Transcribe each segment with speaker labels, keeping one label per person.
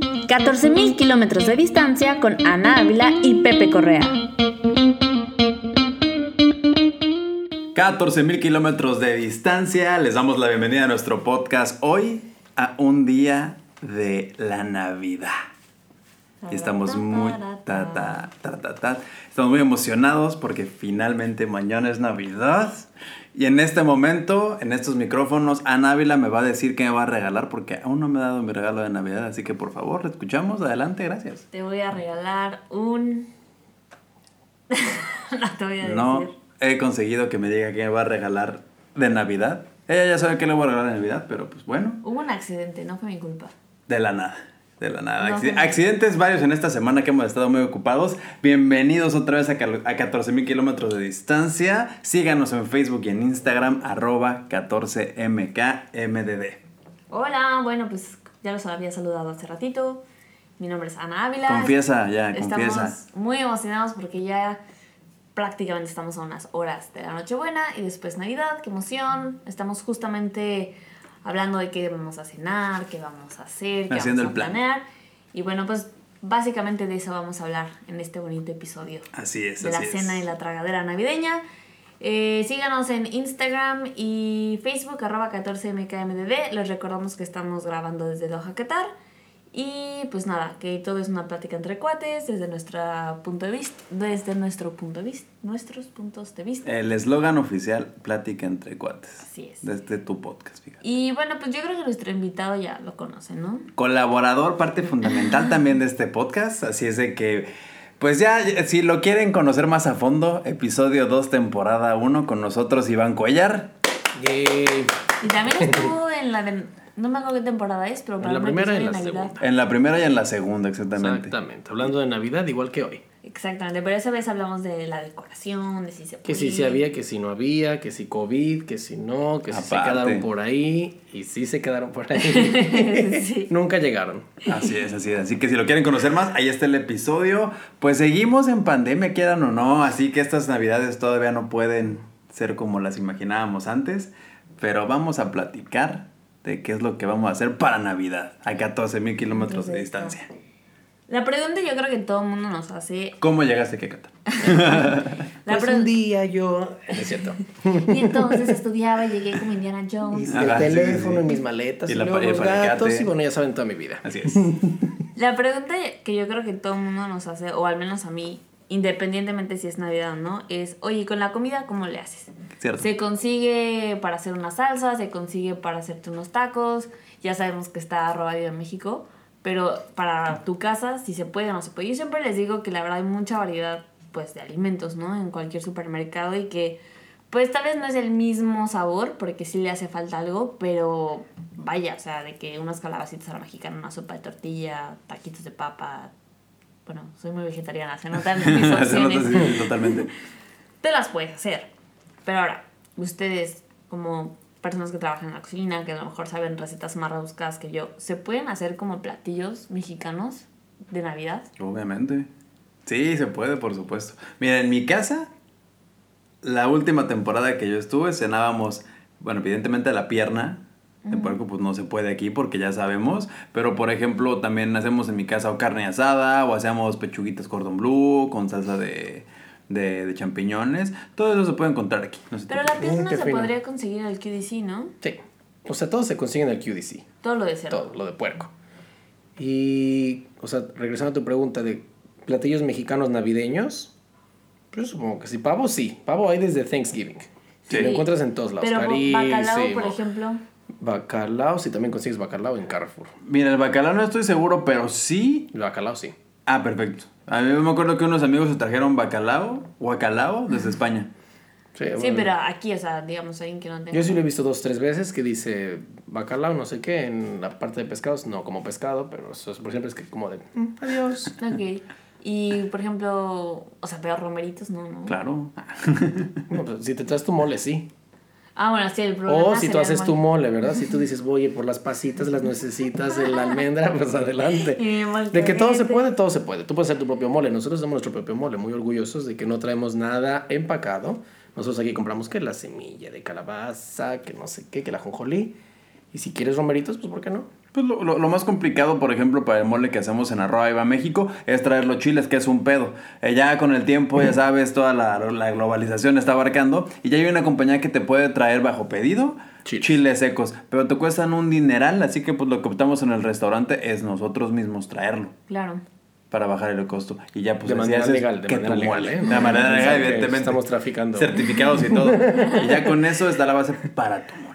Speaker 1: 14.000 kilómetros de distancia con Ana Ávila y Pepe Correa.
Speaker 2: 14.000 kilómetros de distancia, les damos la bienvenida a nuestro podcast hoy a un día de la Navidad. Y estamos muy, ta, ta, ta, ta, ta. estamos muy emocionados porque finalmente mañana es Navidad. Y en este momento, en estos micrófonos, Ana Ávila me va a decir qué me va a regalar porque aún no me ha dado mi regalo de Navidad. Así que por favor, la escuchamos. Adelante, gracias.
Speaker 3: Te voy a regalar un. no te voy a decir.
Speaker 2: No he conseguido que me diga qué me va a regalar de Navidad. Ella ya sabe qué le voy a regalar de Navidad, pero pues bueno,
Speaker 3: Hubo un accidente, no fue mi culpa.
Speaker 2: de la nada. De la nada.
Speaker 3: No,
Speaker 2: Acci-
Speaker 3: pues, no.
Speaker 2: Accidentes varios en esta semana que hemos estado muy ocupados. Bienvenidos otra vez a, cal- a 14.000 kilómetros de distancia. Síganos en Facebook y en Instagram, arroba 14mkmdd.
Speaker 3: Hola, bueno, pues ya los había saludado hace ratito. Mi nombre es Ana Ávila.
Speaker 2: Confiesa, ya,
Speaker 3: Estamos
Speaker 2: confiesa.
Speaker 3: muy emocionados porque ya prácticamente estamos a unas horas de la Nochebuena y después Navidad, qué emoción. Estamos justamente hablando de qué vamos a cenar, qué vamos a hacer, qué
Speaker 2: Haciendo
Speaker 3: vamos
Speaker 2: el
Speaker 3: a
Speaker 2: plan.
Speaker 3: planear. Y bueno, pues básicamente de eso vamos a hablar en este bonito episodio.
Speaker 2: Así es,
Speaker 3: de la
Speaker 2: así es.
Speaker 3: cena y la tragadera navideña. Eh, síganos en Instagram y Facebook, arroba 14mkmdd. Les recordamos que estamos grabando desde Doha, Qatar. Y pues nada, que todo es una plática entre cuates, desde nuestra punto de vista, desde nuestro punto de vista, nuestros puntos de vista.
Speaker 2: El eslogan oficial, plática entre cuates.
Speaker 3: Así es.
Speaker 2: Desde tu podcast, fíjate.
Speaker 3: Y bueno, pues yo creo que nuestro invitado ya lo conocen, ¿no?
Speaker 2: colaborador, parte fundamental también de este podcast. Así es de que, pues ya, si lo quieren conocer más a fondo, episodio 2, temporada 1, con nosotros Iván Cuellar.
Speaker 4: Yay.
Speaker 3: Y también estuvo en la de, no me acuerdo qué temporada es, pero
Speaker 4: En
Speaker 3: para
Speaker 4: la
Speaker 3: un
Speaker 4: primera y en
Speaker 3: episodio
Speaker 4: la
Speaker 3: de Navidad.
Speaker 4: segunda.
Speaker 2: En la primera y en la segunda, exactamente.
Speaker 4: Exactamente. Hablando de Navidad, igual que hoy.
Speaker 3: Exactamente, pero esa vez hablamos de la decoración, de si se
Speaker 4: Que si
Speaker 3: podía.
Speaker 4: se había, que si no había, que si COVID, que si no, que si se
Speaker 2: Aparte.
Speaker 4: quedaron por ahí. Y sí se quedaron por ahí.
Speaker 3: Sí.
Speaker 4: Nunca llegaron.
Speaker 2: Así es, así es. Así que si lo quieren conocer más, ahí está el episodio. Pues seguimos en pandemia, quieran o no. Así que estas navidades todavía no pueden ser como las imaginábamos antes. Pero vamos a platicar de qué es lo que vamos a hacer para Navidad, a 14.000 kilómetros de distancia.
Speaker 3: La pregunta yo creo que todo el mundo nos hace.
Speaker 2: ¿Cómo llegaste aquí a Qatar?
Speaker 3: La
Speaker 4: Pues
Speaker 3: pre-
Speaker 4: un día yo... Es cierto.
Speaker 3: Y entonces estudiaba y llegué como Indiana Jones.
Speaker 4: Hice
Speaker 2: Ajá,
Speaker 4: el
Speaker 2: sí, sí,
Speaker 4: teléfono
Speaker 2: sí.
Speaker 4: y mis maletas
Speaker 2: Y
Speaker 4: y,
Speaker 2: la
Speaker 4: luego
Speaker 2: pa- y el
Speaker 4: los
Speaker 2: palicate.
Speaker 4: gatos. Y bueno, ya saben toda mi vida.
Speaker 2: Así es.
Speaker 3: La pregunta que yo creo que todo el mundo nos hace, o al menos a mí, independientemente si es Navidad o no, es, oye, con la comida, ¿cómo le haces?
Speaker 2: Cierto.
Speaker 3: Se consigue para hacer una salsa, se consigue para hacerte unos tacos, ya sabemos que está arroba Viva México, pero para tu casa, si se puede o no se puede. Yo siempre les digo que la verdad hay mucha variedad pues de alimentos, ¿no? En cualquier supermercado y que pues tal vez no es el mismo sabor porque sí le hace falta algo, pero vaya, o sea, de que unas calabacitas a la mexicana, una sopa de tortilla, taquitos de papa. Bueno, soy muy vegetariana, se notan mis
Speaker 2: Se nota,
Speaker 3: opciones
Speaker 2: sí, sí, totalmente.
Speaker 3: te las puedes hacer. Pero ahora, ustedes, como personas que trabajan en la cocina, que a lo mejor saben recetas más rebuscadas que yo, ¿se pueden hacer como platillos mexicanos de Navidad?
Speaker 2: Obviamente. Sí, se puede, por supuesto. Mira, en mi casa, la última temporada que yo estuve, cenábamos, bueno, evidentemente la pierna de puerco, pues no se puede aquí porque ya sabemos. Pero, por ejemplo, también hacemos en mi casa o carne asada o hacemos pechuguitas cordon bleu con salsa de, de, de champiñones. Todo eso se puede encontrar aquí. No se
Speaker 3: Pero la
Speaker 2: preocupen.
Speaker 3: pierna
Speaker 4: Mm, qué
Speaker 3: se
Speaker 4: fino.
Speaker 3: podría conseguir en el QDC, ¿no?
Speaker 4: Sí. O sea, todo se consigue en el QDC.
Speaker 3: Todo lo de cerdo.
Speaker 4: Todo, lo de puerco. Y, o sea, regresando a tu pregunta de platillos mexicanos navideños, pues supongo que sí. Pavo sí. Pavo hay desde Thanksgiving.
Speaker 2: Sí.
Speaker 4: Lo encuentras en todos lados.
Speaker 3: Pero
Speaker 4: Carísimo.
Speaker 3: bacalao, por ejemplo.
Speaker 4: Bacalao, sí, también consigues bacalao en Carrefour.
Speaker 2: Mira, el bacalao no estoy seguro, pero sí
Speaker 4: El bacalao sí.
Speaker 2: Ah, perfecto. A mí me acuerdo que unos amigos se trajeron bacalao, guacalao, desde España.
Speaker 4: Sí,
Speaker 3: Sí,
Speaker 4: bueno,
Speaker 3: pero aquí, o sea, digamos, alguien que no tenga...
Speaker 4: Yo sí lo he visto dos, tres veces que dice bacalao, no sé qué, en la parte de pescados, no como pescado, pero eso es, por ejemplo es que como de, "Mm, adiós.
Speaker 3: Ok. Y, por ejemplo, o sea, pero romeritos, no, no.
Speaker 2: Claro.
Speaker 4: No, pues, si te traes tu mole, sí.
Speaker 3: Ah, bueno, sí, el problema
Speaker 4: O Oh, si tú
Speaker 3: sería
Speaker 4: haces
Speaker 3: el
Speaker 4: tu
Speaker 3: mole.
Speaker 4: mole, ¿verdad? Si tú dices, oye, por las pasitas, las nuecesitas, la almendra, pues adelante.
Speaker 3: Y el
Speaker 4: De que todo se
Speaker 3: molcajete.
Speaker 4: puede, todo se puede. Tú puedes hacer tu propio mole. Nosotros hacemos nuestro propio mole, muy orgullosos de que no traemos nada empacado. Nosotros aquí compramos que la semilla de calabaza, que no sé qué, que la jonjolí. Y si quieres romeritos, pues ¿por qué no?
Speaker 2: Pues lo, lo- lo más complicado, por ejemplo, para el mole que hacemos en Arroba Viva México es traer los chiles, que es un pedo. Eh, ya con el tiempo, ya sabes, toda la, la globalización está abarcando y ya hay una compañía que te puede traer bajo pedido
Speaker 4: Chiles.
Speaker 2: chiles. secos, pero te cuestan un dineral, así que pues lo que optamos en el restaurante es nosotros mismos traerlo
Speaker 3: claro.
Speaker 2: para bajar el costo y ya pues
Speaker 4: De
Speaker 2: así
Speaker 4: manera
Speaker 2: haces
Speaker 4: legal, de
Speaker 2: que
Speaker 4: manera
Speaker 2: tu
Speaker 4: legal,
Speaker 2: mole-
Speaker 4: ¿eh?
Speaker 2: de
Speaker 4: No
Speaker 2: manera
Speaker 4: pensar
Speaker 2: legal,
Speaker 4: que
Speaker 2: evidentemente.
Speaker 4: estamos traficando.
Speaker 2: Certificados y todo. y ya con eso está la base para tu mole.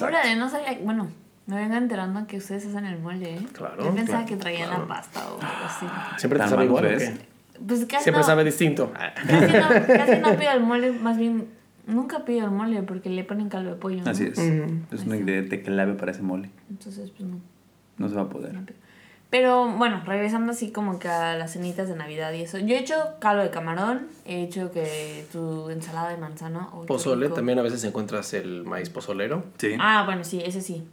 Speaker 3: Órale, no sabía. Bueno, me vengo enterando que ustedes hacen el mole, ¿eh?
Speaker 4: Claro,
Speaker 3: Yo pensaba
Speaker 4: claro,
Speaker 3: que traían la pasta o algo así.
Speaker 4: ¿Siempre te
Speaker 2: Tan
Speaker 4: sabe
Speaker 2: malos
Speaker 4: igual o
Speaker 2: ves.
Speaker 4: qué?
Speaker 3: Pues casi
Speaker 4: Siempre
Speaker 3: no,
Speaker 4: sabe distinto.
Speaker 3: Casi no, casi no pido el mole, más bien nunca pido el mole porque le ponen caldo de pollo. ¿no?
Speaker 2: Así es. Es un ingrediente clave para ese mole.
Speaker 3: Entonces, pues no.
Speaker 2: No se va a poder.
Speaker 3: Pero bueno, regresando así como que a las cenitas de Navidad y eso. Yo he hecho caldo de camarón, he hecho que tu ensalada de manzana. o
Speaker 4: Pozole, también a veces encuentras el maíz pozolero.
Speaker 2: Sí.
Speaker 3: Ah, bueno, sí, ese sí.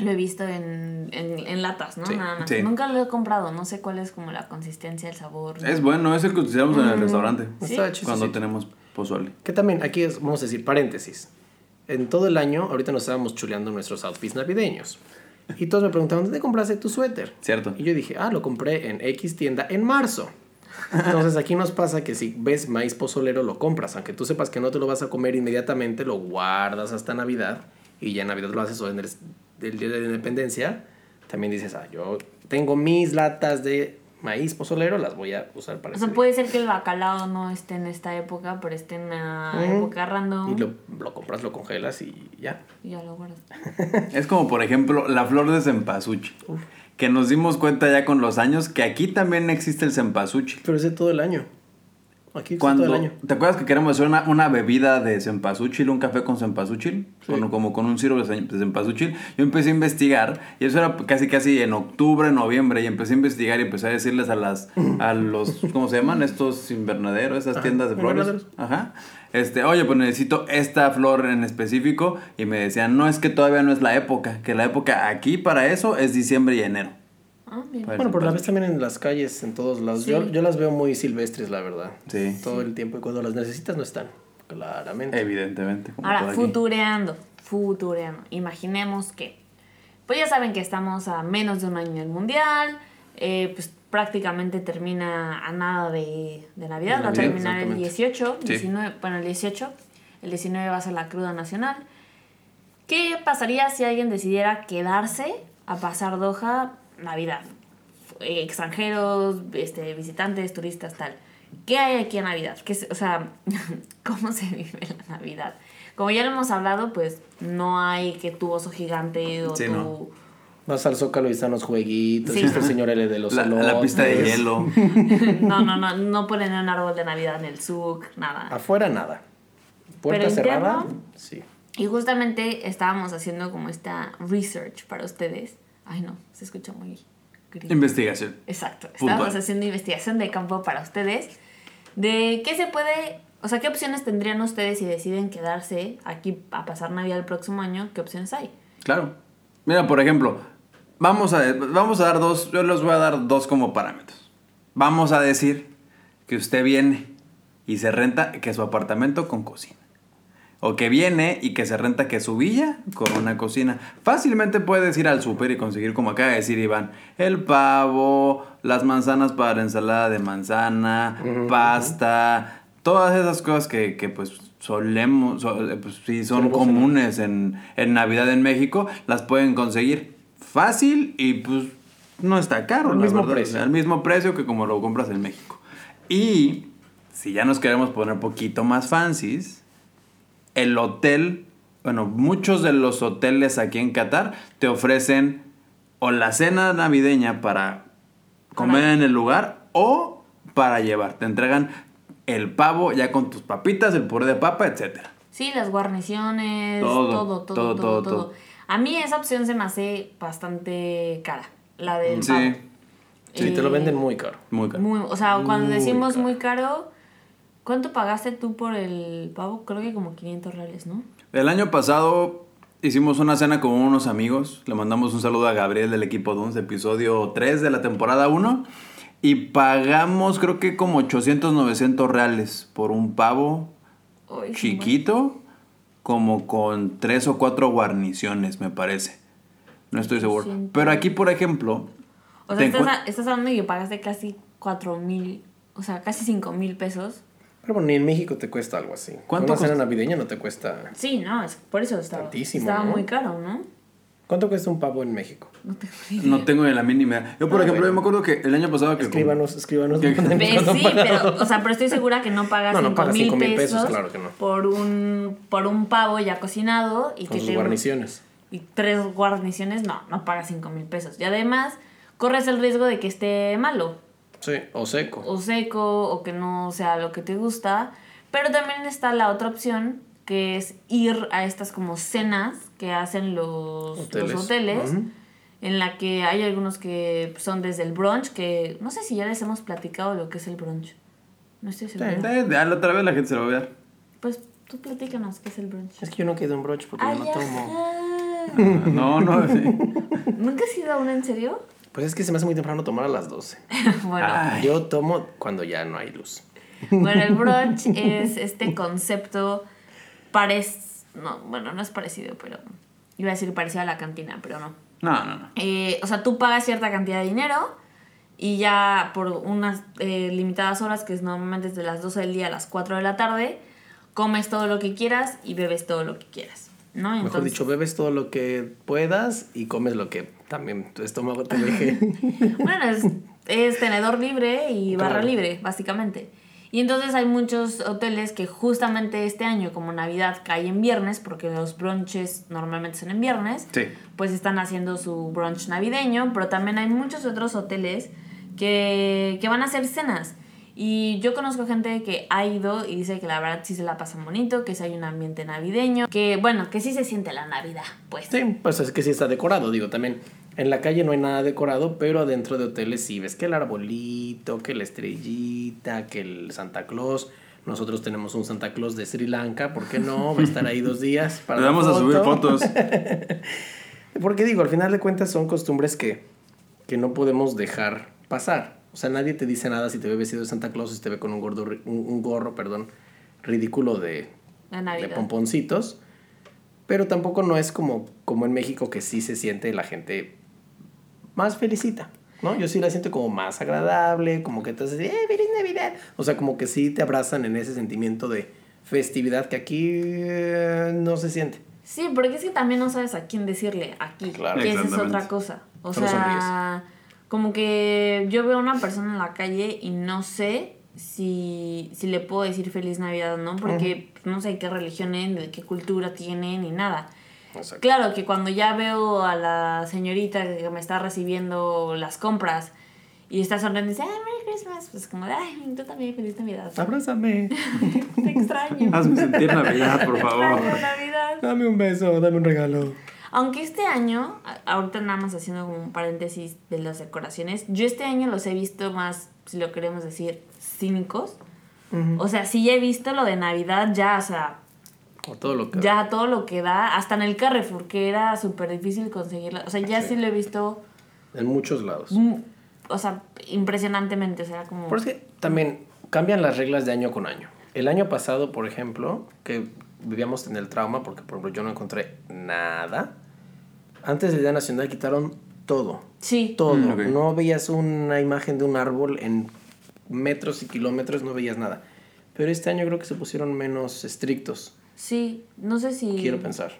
Speaker 3: Lo he visto en, en, en latas, ¿no?
Speaker 4: Sí,
Speaker 3: Nada más.
Speaker 2: sí.
Speaker 3: Nunca lo he comprado, no sé cuál es como la consistencia, el sabor.
Speaker 2: Es bueno, es el que utilizamos en el restaurante.
Speaker 4: Sí. Está chistosito.
Speaker 2: Cuando tenemos pozole.
Speaker 4: Que también, aquí es, vamos a decir, paréntesis. En todo el año, ahorita nos estábamos chuleando nuestros outfits navideños. Y todos me preguntaban, ¿dónde compraste tu suéter?
Speaker 2: Cierto.
Speaker 4: Y yo dije, ah, lo compré en X tienda en marzo. Entonces aquí nos pasa que si ves maíz pozolero, lo compras. Aunque tú sepas que no te lo vas a comer inmediatamente, lo guardas hasta Navidad. Y ya en Navidad lo haces o en el, el Día de la Independencia. También dices, ah, yo tengo mis latas de maíz pozolero, las voy a usar
Speaker 3: O
Speaker 4: para ese
Speaker 3: sea,
Speaker 4: día".
Speaker 3: puede ser que el bacalao no esté en esta época, pero esté en una época random.
Speaker 4: Y lo, lo compras, lo congelas y ya.
Speaker 3: y ya lo guardas.
Speaker 2: Es como, por ejemplo, la flor de cempasúchil. Que nos dimos cuenta ya con los años que aquí también existe el cempasúchil.
Speaker 4: Pero es de todo el año. Aquí es
Speaker 2: Cuando,
Speaker 4: todo el año.
Speaker 2: ¿Te acuerdas que queremos hacer una, una bebida de cempasúchil, un café con cempasúchil? Bueno, como con un sirope de cem- de cempasúchil. Yo empecé a investigar, y eso era casi casi en octubre, noviembre, y empecé a investigar y empecé a decirles a las, a los, ¿cómo se llaman? Estos invernaderos, esas
Speaker 4: Ajá,
Speaker 2: tiendas de flores.
Speaker 4: invernaderos.
Speaker 2: Ajá. Este, oye, pues necesito esta flor en específico, y me decían, no, es que todavía no es la época, que la época aquí para eso es diciembre y enero.
Speaker 3: Ah, mira.
Speaker 2: Para el
Speaker 4: Bueno, pero la ves
Speaker 2: cempasúchil.
Speaker 4: también en las calles, en todos lados. Yo, yo las veo muy silvestres, la verdad.
Speaker 2: Sí. Eh.
Speaker 4: Todo el tiempo y cuando las necesitas no están. Claramente.
Speaker 2: Evidentemente. como todo
Speaker 3: Ahora,
Speaker 2: aquí.
Speaker 3: futureando, futureando. Imaginemos que, pues ya saben que estamos a menos de un año del Mundial, eh, pues prácticamente termina a nada de, de Navidad,
Speaker 4: De
Speaker 3: va a
Speaker 4: Navidad,
Speaker 3: terminar el
Speaker 4: exactamente.
Speaker 3: 18,
Speaker 2: Sí.
Speaker 3: 19, bueno, el 18, el 19 va a ser la cruda nacional. ¿Qué pasaría si alguien decidiera quedarse a pasar Doha Navidad? Eh, extranjeros, este, visitantes, turistas, tal. ¿Qué hay aquí en Navidad? ¿Qué se- o sea, ¿cómo se vive la Navidad? Como ya lo hemos hablado, pues no hay que tu oso gigante o
Speaker 2: Sí,
Speaker 3: tu...
Speaker 2: no.
Speaker 4: Vas al Zócalo y están los jueguitos.
Speaker 3: Sí.
Speaker 4: Y está el señor L de los
Speaker 2: La, la pista de
Speaker 4: elotes.
Speaker 2: hielo.
Speaker 3: No, no, no, no ponen un árbol de Navidad en el suc,
Speaker 2: Ah.
Speaker 3: nada.
Speaker 4: Afuera nada. Puerta
Speaker 3: Pero eh,
Speaker 4: cerrada.
Speaker 3: interno.
Speaker 4: Sí.
Speaker 3: Y justamente estábamos haciendo como esta research para ustedes. Ay, no, se escucha muy gringo.
Speaker 2: Investigación.
Speaker 3: Exacto.
Speaker 2: Puntual.
Speaker 3: Estábamos haciendo investigación de campo para ustedes. De qué se puede, o sea, qué opciones tendrían ustedes si deciden quedarse aquí a pasar Navidad el próximo año, qué opciones hay.
Speaker 2: Claro. Mira, por ejemplo, vamos a, vamos a dar dos, yo les voy a dar dos como parámetros. Vamos a decir que usted viene y se renta que su apartamento con cocina. O que viene y que se renta que su villa con una cocina. Fácilmente puedes ir al súper y conseguir, como acaba de decir Iván, el pavo, las manzanas para ensalada de manzana, pasta, todas esas cosas que, que, pues solemos, so- eh, pues, sí, son
Speaker 4: Solemos en-
Speaker 2: comunes en, en Navidad en México, las pueden conseguir fácil y pues no está caro.
Speaker 4: Al
Speaker 2: la
Speaker 4: mismo
Speaker 2: verdad,
Speaker 4: precio.
Speaker 2: o sea, al mismo precio que como lo compras en México. Y si ya nos queremos poner poquito más fancies, el hotel, bueno, muchos de los hoteles aquí en Qatar te ofrecen o la cena navideña para comer en el lugar o para llevar. Te entregan el pavo ya con tus papitas, el puré de papa, etcétera.
Speaker 3: Sí, las guarniciones,
Speaker 2: Todo,
Speaker 3: todo, todo, todo,
Speaker 2: todo, todo,
Speaker 3: todo.
Speaker 2: todo.
Speaker 3: A mí esa opción se me hace bastante cara, la del
Speaker 2: Sí,
Speaker 3: pavo.
Speaker 4: Sí,
Speaker 3: Eh,
Speaker 4: te lo venden muy caro.
Speaker 2: muy caro.
Speaker 3: Muy, o sea, cuando
Speaker 4: Muy
Speaker 3: decimos
Speaker 4: caro.
Speaker 3: muy caro, ¿cuánto pagaste tú por el pavo? Creo que como 500 reales, ¿no?
Speaker 2: El año pasado hicimos una cena con unos amigos. Le mandamos un saludo a Gabriel del equipo 11, episodio 3 de la temporada 1. Y pagamos creo que como 800, 900 reales por un pavo
Speaker 3: Ay,
Speaker 2: chiquito, como con tres o cuatro guarniciones, me parece. No estoy seguro.
Speaker 3: 200.
Speaker 2: Pero aquí, por ejemplo,
Speaker 3: O
Speaker 2: te
Speaker 3: sea, estás,
Speaker 2: encuent-
Speaker 3: a- estás hablando de que pagaste casi 4 mil, o sea, casi 5 mil pesos.
Speaker 4: Pero bueno, ni en México te cuesta algo así.
Speaker 2: ¿Cuánto
Speaker 4: Una cena
Speaker 2: costa?
Speaker 4: navideña no te cuesta.
Speaker 3: Sí, no, es por eso estaba,
Speaker 4: Tantísimo,
Speaker 3: estaba
Speaker 4: ¿no?
Speaker 3: muy caro, ¿no?
Speaker 4: ¿Cuánto cuesta un pavo en México?
Speaker 3: No te idea.
Speaker 2: no tengo ni la mínima. idea. Yo, por
Speaker 4: Ah,
Speaker 2: ejemplo, yo
Speaker 4: bueno.
Speaker 2: me acuerdo que el año pasado que...
Speaker 4: Escríbanos, escríbanos.
Speaker 2: ¿Qué?
Speaker 4: mándenos
Speaker 3: Ve,
Speaker 4: cuánto
Speaker 3: sí,
Speaker 4: pagaron.
Speaker 3: pero, o sea, pero estoy segura que no pagas
Speaker 4: Pues No,
Speaker 3: 5
Speaker 4: no pagas
Speaker 3: mil
Speaker 4: 5,000
Speaker 3: pesos,
Speaker 4: pesos, claro que no.
Speaker 3: por un por un pavo ya cocinado y
Speaker 4: Con
Speaker 3: que
Speaker 4: sus
Speaker 3: te
Speaker 4: guarniciones.
Speaker 3: y tres guarniciones, no, no pagas 5 mil pesos. Y además, corres el riesgo de que esté malo,
Speaker 4: Sí, o seco.
Speaker 3: o seco, o que no sea lo que te gusta. Pero también está la otra opción, que es ir a estas como cenas que hacen los hoteles,
Speaker 4: Hoteles.
Speaker 3: los hoteles
Speaker 4: Ujú.
Speaker 3: en la que hay algunos que son desde el brunch, que no sé si ya les hemos platicado lo que es el brunch. No estoy segura.
Speaker 2: Eh, de- a la otra vez la gente se lo va a olvidar.
Speaker 3: Pues tú platícanos qué es el brunch.
Speaker 4: Es que yo no quedo en broche porque yo
Speaker 3: Ay,
Speaker 4: no tomo.
Speaker 3: ajá.
Speaker 2: No, no, sí.
Speaker 3: ¿Nunca has ido a una en serio?
Speaker 4: Pues es que se me hace muy temprano tomar a las 12.
Speaker 3: bueno,
Speaker 2: Ay.
Speaker 4: Yo tomo cuando ya no hay luz.
Speaker 3: Bueno, el brunch es este concepto parec... No, bueno, no es parecido, pero... Iba a decir parecido a la cantina, pero no.
Speaker 2: No, no, no.
Speaker 3: Eh, o sea, tú pagas cierta cantidad de dinero y ya por unas eh, limitadas horas, que es normalmente desde las 12 del día a las 4 de la tarde, comes todo lo que quieras y bebes todo lo que quieras, ¿no?
Speaker 4: Mejor dicho, bebes todo lo que puedas y comes lo que también tu estómago te deje.
Speaker 3: Bueno, es, es tenedor libre y barra
Speaker 4: Claro.
Speaker 3: libre, básicamente. Y entonces hay muchos hoteles que justamente este año, como Navidad cae en viernes, porque los brunches normalmente son en viernes,
Speaker 2: Sí.
Speaker 3: pues están haciendo su brunch navideño, pero también hay muchos otros hoteles que, que van a hacer cenas. Y yo conozco gente que ha ido y dice que la verdad sí se la pasan bonito, que sí hay un ambiente navideño, que bueno, que sí se siente la Navidad, pues.
Speaker 4: Sí, pues es que sí está decorado, digo, también. En la calle no hay nada decorado, pero adentro de hoteles sí ves que el arbolito, que la estrellita, que el Santa Claus. Nosotros tenemos un Santa Claus de Sri Lanka, ¿por qué no? Va a estar ahí dos días para
Speaker 2: Le
Speaker 4: la
Speaker 2: vamos a subir
Speaker 4: foto.
Speaker 2: fotos.
Speaker 4: Porque digo, al final de cuentas son costumbres que, que no podemos dejar pasar. O sea, nadie te dice nada si te ve vestido de Santa Claus, si te ve con un, gordo, ri- un, un gorro perdón, ridículo de,
Speaker 3: La
Speaker 4: de
Speaker 3: Navidad.
Speaker 4: pomponcitos. Pero tampoco no es como, como en México que sí se siente la gente más felicita. ¿no? Yo sí la siento como más agradable, como que entonces, ¡eh, feliz Navidad! O sea, como que sí te abrazan en ese sentimiento de festividad que aquí eh, no se siente.
Speaker 3: Sí, porque es que también no sabes a quién decirle aquí.
Speaker 4: Claro.
Speaker 3: que esa es
Speaker 2: Exactamente.
Speaker 3: otra cosa. O
Speaker 4: Solo
Speaker 3: sea, como que yo veo a una persona en la calle y no sé si, si le puedo decir feliz Navidad o no, porque pues, no sé qué religión es, de qué cultura tiene, ni nada.
Speaker 4: O sea,
Speaker 3: Claro que cuando ya veo a la señorita que me está recibiendo las compras y está sonriendo y dice, ¡Ay, Merry Christmas! Pues como de, ¡Ay, tú también, feliz Navidad!
Speaker 4: abrázame.
Speaker 3: Te extraño.
Speaker 2: Hazme sentir Navidad, por
Speaker 3: Te
Speaker 2: favor.
Speaker 3: extraño, Navidad.
Speaker 4: Dame un beso, dame un regalo.
Speaker 3: Aunque este año, a- ahorita nada más haciendo como un paréntesis de las decoraciones, yo este año los he visto más, si lo queremos decir, cínicos. O sea, sí ya he visto lo de Navidad ya, o sea,
Speaker 4: O todo lo que.
Speaker 3: ya todo lo que da, hasta en el Carrefour, que era súper difícil conseguirla. O sea, ya sí.
Speaker 4: Sí.
Speaker 3: lo he visto,
Speaker 4: En muchos lados.
Speaker 3: mm, o sea, impresionantemente, o sea, como...
Speaker 4: Por eso que también cambian las reglas de año con año. El año pasado, por ejemplo, que vivíamos en el trauma porque, por ejemplo, yo no encontré nada. Antes del Día Nacional quitaron todo.
Speaker 3: Sí,
Speaker 4: Todo.
Speaker 2: Mm, ok.
Speaker 4: No veías una imagen de un árbol en metros y kilómetros, no veías nada. Pero este año creo que se pusieron menos estrictos,
Speaker 3: sí, no sé si...
Speaker 4: quiero pensar.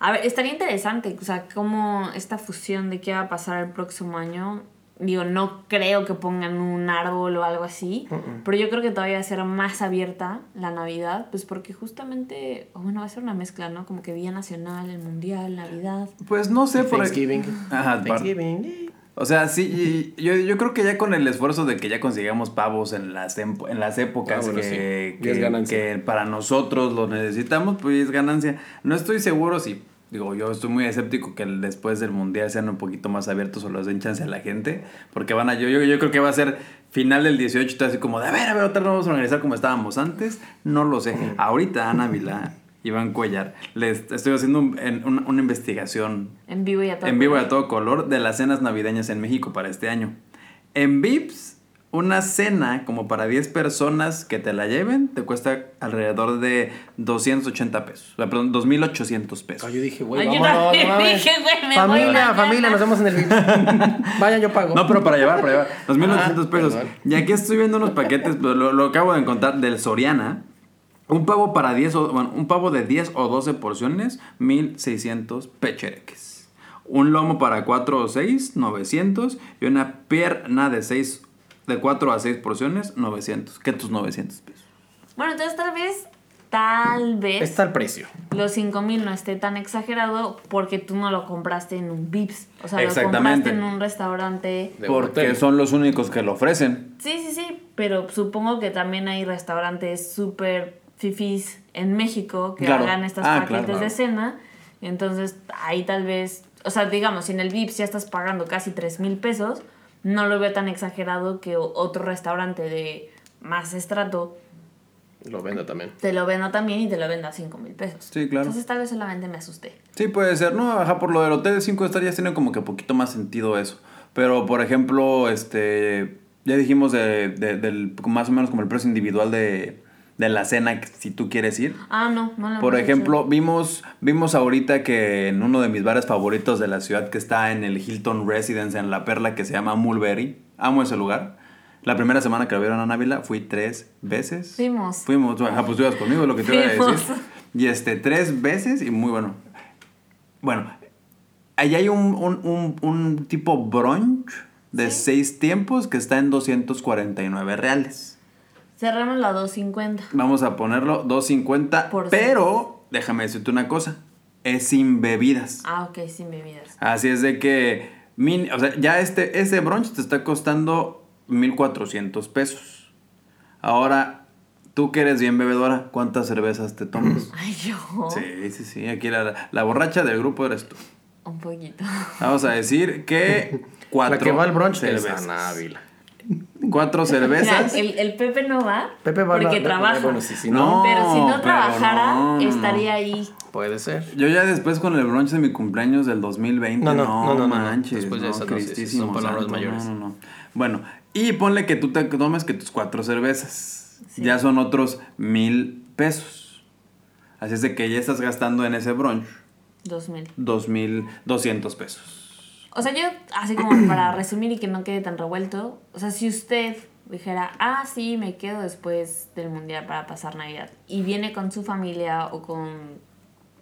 Speaker 3: A ver, estaría interesante, o sea, cómo esta fusión de qué va a pasar el próximo año. Digo, no creo que pongan un árbol o algo así, pero yo creo que todavía va a ser más abierta la Navidad, pues porque justamente, o bueno, va a ser una mezcla, ¿no? Como que Día Nacional, el Mundial, Navidad.
Speaker 2: Pues no sé, por aquí.
Speaker 4: Thanksgiving.
Speaker 2: Ajá, par-
Speaker 4: Thanksgiving.
Speaker 2: O sea, sí, y- yo, yo creo que ya con el esfuerzo de que ya consigamos pavos en las, empo- en las épocas
Speaker 4: Ah, bueno,
Speaker 2: que,
Speaker 4: sí. Ya es
Speaker 2: que-
Speaker 4: ganancia.
Speaker 2: que para nosotros lo necesitamos, pues es ganancia. No estoy seguro si, digo, yo estoy muy escéptico que el- después del Mundial sean un poquito más abiertos o les den chance a la gente, porque van a, yo, yo, yo creo que va a ser final del 18 y todo así como de, a ver, a ver, otra vez vamos a organizar como estábamos antes, no lo sé. Ahorita Ana Vilá, Iván Cuellar, les estoy haciendo un- en- una- una investigación
Speaker 3: En vivo y a todo.
Speaker 2: en vivo y a
Speaker 3: color.
Speaker 2: todo color de las cenas navideñas en México para este año. En VIPS una cena como para 10 personas que te la lleven te cuesta alrededor de 280 pesos. O sea, Perdón, 2.800
Speaker 4: Ah,
Speaker 2: pesos.
Speaker 4: yo dije, güey,
Speaker 3: Ay, yo
Speaker 4: vámonos,
Speaker 3: también
Speaker 4: no mames.
Speaker 3: dije, güey, me voy a
Speaker 4: Familia,
Speaker 3: la
Speaker 4: familia,
Speaker 3: gana.
Speaker 4: nos vemos en el video. Vayan, yo pago.
Speaker 2: No, pero para llevar, para llevar. 2.800
Speaker 4: Ah,
Speaker 2: pesos.
Speaker 4: perdón.
Speaker 2: Y aquí estoy viendo unos paquetes, pero lo, lo acabo de encontrar, del Soriana. Un pavo para 10, o, bueno, un pavo de 10 o 12 porciones, 1.600 pechereques. Un lomo para 4 o 6, 900. Y una pierna de 6, de 4 a 6 porciones, 900. ¿Qué tus 900 pesos?
Speaker 3: Bueno, entonces tal vez, tal vez,
Speaker 4: Está el precio.
Speaker 3: los 5000 no esté tan exagerado porque tú no lo compraste en un Vips. O sea, lo
Speaker 2: Exactamente.
Speaker 3: compraste en un restaurante.
Speaker 4: De
Speaker 2: Porque
Speaker 4: hotel.
Speaker 2: son los únicos que lo ofrecen.
Speaker 3: Sí, sí, sí, pero supongo que también hay restaurantes súper fifís en México que
Speaker 2: Claro.
Speaker 3: hagan estos
Speaker 2: Ah,
Speaker 3: paquetes
Speaker 2: claro.
Speaker 3: de cena. Entonces, ahí tal vez, o sea, digamos, si en el Vips ya estás pagando casi 3 mil pesos, no lo veo tan exagerado que o- otro restaurante de más estrato
Speaker 4: Lo venda también.
Speaker 3: te lo venda también y te lo venda a 5 mil pesos.
Speaker 2: Sí, claro.
Speaker 3: Entonces, tal vez solamente me asusté.
Speaker 2: Sí, puede ser, ¿no? Ajá, por lo del hotel de 5 estrellas tiene como que poquito más sentido eso. Pero, por ejemplo, este. Ya dijimos de, de- del, más o menos como el precio individual de, de la cena, que si tú quieres ir.
Speaker 3: Ah, no, no lo
Speaker 2: Por
Speaker 3: hemos
Speaker 2: ejemplo,
Speaker 3: hecho.
Speaker 2: vimos, vimos ahorita que en uno de mis bares favoritos de la ciudad, que está en el Hilton Residence, en La Perla, que se llama Mulberry. Amo ese lugar. La primera semana que lo vieron a Návila, fui tres veces.
Speaker 3: Fuimos.
Speaker 2: Fuimos. Ajá, pues tú ibas conmigo, lo que te iba a
Speaker 3: Fuimos.
Speaker 2: decir. Y este, tres veces y muy bueno. Bueno, allá hay un, un- un- un tipo brunch de seis tiempos que está en 249 reales.
Speaker 3: cerramos la 250.
Speaker 2: Vamos a ponerlo 250,
Speaker 3: Por
Speaker 2: pero déjame decirte una cosa, es sin bebidas.
Speaker 3: Ah, ok, sin bebidas.
Speaker 2: Así es de que min- o sea, ya este este brunch te está costando 1400 pesos. Ahora tú que eres bien bebedora, ¿cuántas cervezas te tomas?
Speaker 3: Ay, yo.
Speaker 2: Sí, sí, sí, aquí la, la borracha del grupo eres tú.
Speaker 3: Un poquito.
Speaker 2: Vamos a decir que cuatro
Speaker 4: La que va al brunch es
Speaker 2: cervezas.
Speaker 4: Ana Ávila.
Speaker 2: Cuatro
Speaker 3: Mira,
Speaker 2: cervezas.
Speaker 3: el, el Pepe no va
Speaker 4: Pepe va a la-
Speaker 3: porque
Speaker 4: Pepe-
Speaker 3: trabaja.
Speaker 4: bueno, sí, sí,
Speaker 2: No,
Speaker 3: pero si no
Speaker 2: pero
Speaker 3: trabajara,
Speaker 2: no, no.
Speaker 3: estaría ahí.
Speaker 4: Puede ser.
Speaker 2: Yo ya después con el brunch de mi cumpleaños del 2020,
Speaker 4: No,
Speaker 2: no,
Speaker 4: no, no, no, no,
Speaker 2: manches,
Speaker 4: después de
Speaker 2: no,
Speaker 4: eso no, sí, sí, son
Speaker 2: Cristísimo
Speaker 4: palabras
Speaker 2: santo,
Speaker 4: mayores.
Speaker 2: no, no, no. Bueno, y ponle que tú te tomes que tus cuatro cervezas, ya son otros mil pesos. Así es de que ya estás gastando en ese brunch
Speaker 3: Dos mil.
Speaker 2: dos mil doscientos pesos.
Speaker 3: O sea, yo, así como para resumir y que no quede tan revuelto, o sea, si usted dijera, ah, sí, me quedo después del mundial para pasar Navidad, y viene con su familia o con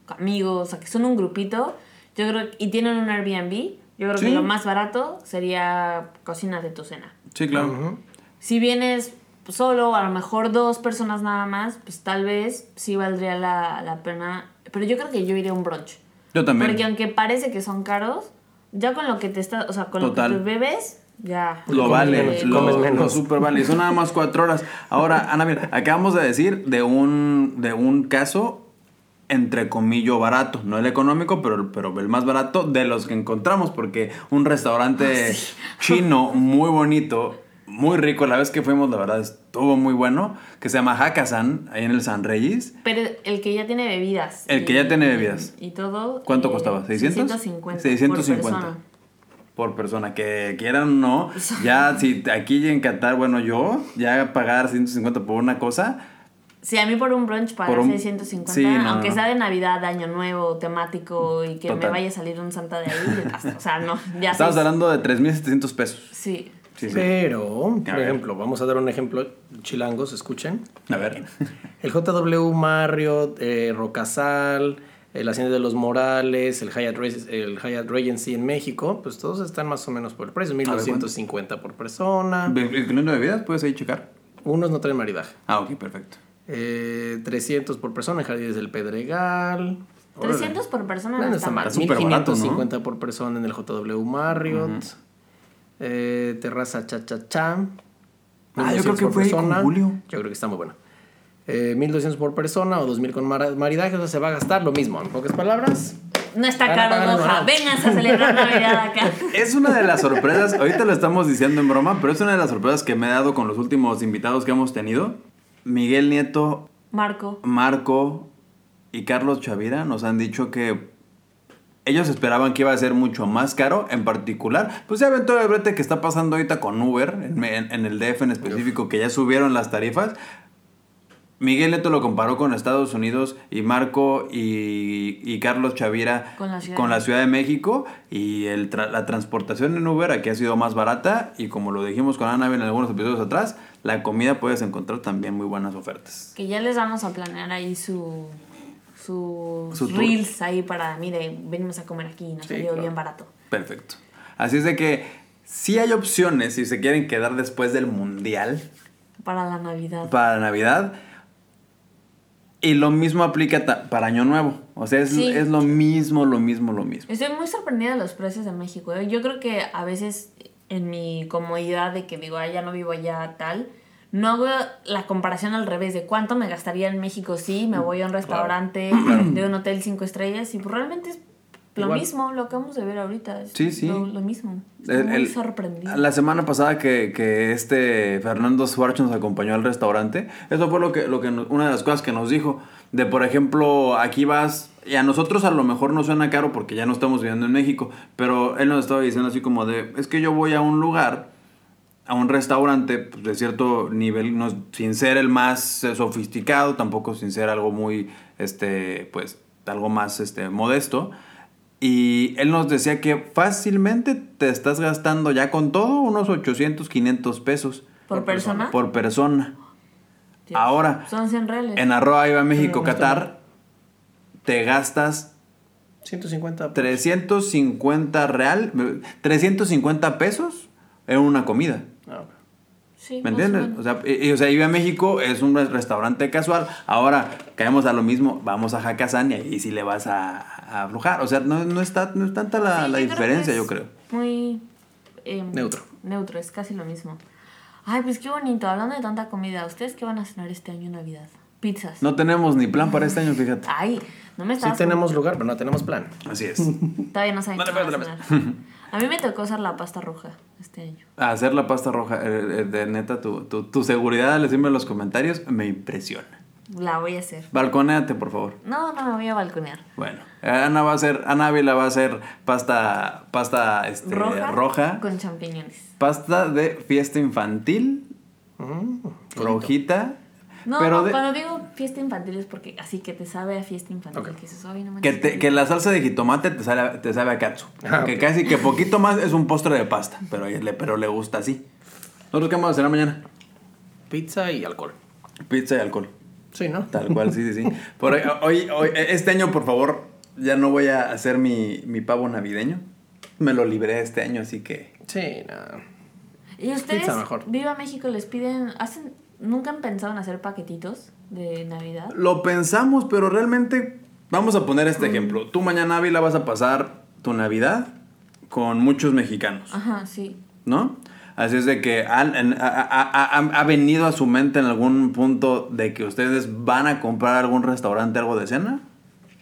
Speaker 3: amigos, o sea, que son un grupito, yo creo, y tienen un Airbnb, yo creo
Speaker 2: Sí.
Speaker 3: que lo más barato sería cocinas de tu cena.
Speaker 2: Sí, claro.
Speaker 3: Si vienes solo, a lo mejor dos personas nada más, pues tal vez sí valdría la, la pena. Pero yo creo que yo iría a un brunch.
Speaker 2: Yo también.
Speaker 3: Porque aunque parece que son caros, ya con lo que te está, o sea, con
Speaker 2: Total.
Speaker 3: lo que te bebes, ya.
Speaker 2: Lo
Speaker 4: Comes
Speaker 2: vale,
Speaker 4: menos,
Speaker 2: lo,
Speaker 4: comes menos.
Speaker 2: lo super vale. Y Son nada más cuatro horas. Ahora, Ana, mira, acabamos de decir de un, de un caso entre comillas barato, no el económico, pero, pero el más barato de los que encontramos, porque un
Speaker 4: Ah,
Speaker 2: restaurante chino muy bonito, muy rico, la vez que fuimos, la verdad, estuvo muy bueno, que se llama Hakkasan, ahí en el San Reyes.
Speaker 3: Pero el que ya tiene bebidas.
Speaker 2: El que ya tiene bebidas.
Speaker 3: Y, todo.
Speaker 2: ¿Cuánto
Speaker 3: eh,
Speaker 2: costaba? ¿600?
Speaker 3: 650.
Speaker 2: 650.
Speaker 3: Por persona.
Speaker 2: por persona, que quieran o no, ya si aquí en Qatar, bueno, yo, ya pagar 150 por una cosa,
Speaker 3: Sí, a mí por un brunch pagar
Speaker 2: Por un-
Speaker 3: 650,
Speaker 2: sí, no,
Speaker 3: aunque
Speaker 2: no.
Speaker 3: sea de Navidad, de Año Nuevo, temático y que
Speaker 2: Total.
Speaker 3: me vaya a salir un santa de ahí. O sea, no, ya
Speaker 2: estamos
Speaker 3: seis-
Speaker 2: hablando de 3.700 pesos.
Speaker 3: Sí.
Speaker 2: Sí, sí.
Speaker 4: Pero, por
Speaker 2: ver.
Speaker 4: ejemplo, vamos a dar un ejemplo. Chilangos, escuchen.
Speaker 2: A ver.
Speaker 4: El JW Marriott, eh, Rocasal, el Hacienda de los Morales, el Hyatt, Re- el Hyatt Regency en México, pues todos están más o menos por el precio, 1250 por
Speaker 3: Ah.
Speaker 4: persona.
Speaker 2: Be- Incluyendo bebidas, puedes ahí checar.
Speaker 4: Unos no traen maridaje.
Speaker 2: Ah, ok, perfecto.
Speaker 4: Eh, 300 por persona en Jardines del Pedregal. Órale.
Speaker 3: 300 por persona
Speaker 4: No,
Speaker 3: no,
Speaker 4: no
Speaker 3: Ah, está
Speaker 4: está mal.
Speaker 3: mal.
Speaker 2: Está súper barato,
Speaker 4: 1550 por persona en el JW Marriott. Eh, terraza Cha Cha Cha.
Speaker 2: Ah, yo creo
Speaker 4: 1200
Speaker 2: que
Speaker 4: por
Speaker 2: fue ahí con
Speaker 4: persona.
Speaker 2: Julio.
Speaker 4: Yo creo que está muy bueno. Eh, 1200 por persona o 2000 con mara- maridaje. O sea, se va a gastar lo mismo. En pocas palabras,
Speaker 3: No está
Speaker 4: Van a
Speaker 3: caro,
Speaker 4: pagar
Speaker 3: Doha.
Speaker 4: anual.
Speaker 3: Vénganse a celebrar Navidad acá.
Speaker 2: Es una de las sorpresas, ahorita lo estamos diciendo en broma, pero es una de las sorpresas que me he dado con los últimos invitados que hemos tenido. Miguel Nieto,
Speaker 3: Marco.
Speaker 2: Marco y Carlos Chavira nos han dicho que ellos esperaban que iba a ser mucho más caro, en particular, pues ya ven todo el brete que está pasando ahorita con Uber, en, en- en el DF en específico, que ya subieron las tarifas. Miguel Leto lo comparó con Estados Unidos y Marco y, y Carlos Chavira
Speaker 3: Con la Ciudad
Speaker 2: con
Speaker 3: de
Speaker 2: la Ciudad de México y el tra- la transportación en Uber aquí ha sido más barata y como lo dijimos con Ana en algunos episodios atrás, la comida puedes encontrar también muy buenas ofertas.
Speaker 3: Que ya les vamos a planear ahí su, sus
Speaker 2: Su tour.
Speaker 3: reels ahí para, mire, venimos a comer aquí y nos
Speaker 4: Sí,
Speaker 3: salió
Speaker 4: claro.
Speaker 3: bien barato.
Speaker 2: Perfecto. Así es de que sí hay opciones si se quieren quedar después del Mundial
Speaker 3: Para la Navidad.
Speaker 2: para Navidad. Y lo mismo aplica ta- para Año Nuevo. O sea, es,
Speaker 3: Sí.
Speaker 2: es lo mismo, lo mismo, lo mismo.
Speaker 3: Estoy muy sorprendida de los precios de México. ¿eh? Yo creo que a veces en mi comodidad de que digo, ah, ya no vivo allá tal, no hago la comparación al revés de cuánto me gastaría en México si
Speaker 2: Mm,
Speaker 3: me voy a un restaurante de un hotel cinco estrellas y pues realmente es lo
Speaker 4: Igual.
Speaker 3: mismo, lo que vamos de ver ahorita. Es
Speaker 2: Sí, sí.
Speaker 3: Lo, lo mismo. Estoy
Speaker 2: El-
Speaker 3: muy
Speaker 2: el-
Speaker 3: sorprendida.
Speaker 2: La semana pasada que, que este Fernando Suárez nos acompañó al restaurante, eso fue lo que, lo que nos- una de las cosas que nos dijo. De por ejemplo, aquí vas, y a nosotros a lo mejor no suena caro porque ya no estamos viviendo en México, pero él nos estaba diciendo así como de, es que yo voy a un lugar, a un restaurante pues, de cierto nivel, no, sin ser el más eh, sofisticado, tampoco sin ser algo muy, este, pues, algo más este, modesto. Y él nos decía que fácilmente te estás gastando ya con todo unos 800, 500 pesos.
Speaker 3: ¿Por persona?
Speaker 2: Por persona.
Speaker 3: Sí.
Speaker 2: Ahora,
Speaker 3: Son 100 reales.
Speaker 2: en arroba iba México,
Speaker 4: no
Speaker 2: Qatar, te gastas
Speaker 4: 150.
Speaker 2: 350 real, 350 pesos en una comida.
Speaker 4: Ah,
Speaker 3: Sí,
Speaker 2: ¿Me
Speaker 3: más o
Speaker 2: entienden?
Speaker 3: menos.
Speaker 2: O sea, y- y, o sea, Iba México es un restaurante casual. Ahora caemos a lo mismo, vamos a Hakkasan y ahí sí le vas a, a aflojar. O sea, no, no, está, no es tanta la, la
Speaker 3: Sí, yo creo que
Speaker 2: diferencia,
Speaker 3: es
Speaker 2: yo creo.
Speaker 3: Muy em,
Speaker 4: Neutro.
Speaker 3: Neutro, es casi lo mismo. Ay, pues qué bonito. Hablando de tanta comida, ¿ustedes qué van a cenar este año en Navidad? Pizzas.
Speaker 2: No tenemos ni plan para este año, fíjate.
Speaker 3: Ay, no me
Speaker 4: Sí
Speaker 3: estabas.
Speaker 4: tenemos lugar, pero no tenemos plan.
Speaker 2: Así es.
Speaker 3: Todavía no saben
Speaker 4: No te
Speaker 3: qué van a
Speaker 4: pierdas la
Speaker 3: cenar. A mí me tocó hacer la pasta roja este año.
Speaker 2: Hacer la pasta roja, eh, eh, de neta, tu, tu, tu seguridad, le siempre en los comentarios, me impresiona.
Speaker 3: La voy a hacer.
Speaker 2: Balconéate, por favor.
Speaker 3: No, no me voy a balconear.
Speaker 2: Bueno, Ana va a hacer, Ana Ávila va a hacer pasta, pasta este,
Speaker 3: roja,
Speaker 2: roja,
Speaker 3: con champiñones.
Speaker 2: pasta de fiesta infantil,
Speaker 4: Mm,
Speaker 2: rojita,
Speaker 3: No,
Speaker 2: pero
Speaker 3: no,
Speaker 2: de-
Speaker 3: cuando digo fiesta infantil es porque así que te sabe a fiesta infantil.
Speaker 4: Ok.
Speaker 3: Que dices, "Ay, no
Speaker 2: que,
Speaker 3: manches,
Speaker 2: te- que la salsa de jitomate te sabe, a- te sabe a katsu.
Speaker 4: Ah,
Speaker 2: que
Speaker 4: ok.
Speaker 2: casi que poquito más es un postre de pasta, pero, a ella le- pero le gusta así. ¿Nosotros qué vamos a cenar mañana?
Speaker 4: Pizza y alcohol.
Speaker 2: Pizza y alcohol.
Speaker 4: Sí, ¿no?
Speaker 2: Tal cual, sí, sí, sí. Por, ahí, hoy, hoy- este año, por favor, ya no voy a hacer mi, mi pavo navideño. Me lo libré este año, así que...
Speaker 4: Sí, nada.
Speaker 3: ¿Y ustedes,
Speaker 4: Pizza mejor.
Speaker 3: Viva México, les piden, hacen, nunca han pensado en hacer paquetitos de Navidad?
Speaker 2: Lo pensamos, pero realmente vamos a poner este ejemplo. Tú mañana, Ávila, vas a pasar tu Navidad con muchos mexicanos,
Speaker 3: Ajá, sí.
Speaker 2: ¿no? Así es de que han- en- ha, ha- ha- ha venido a su mente en algún punto de que ustedes van a comprar a algún restaurante algo de cena.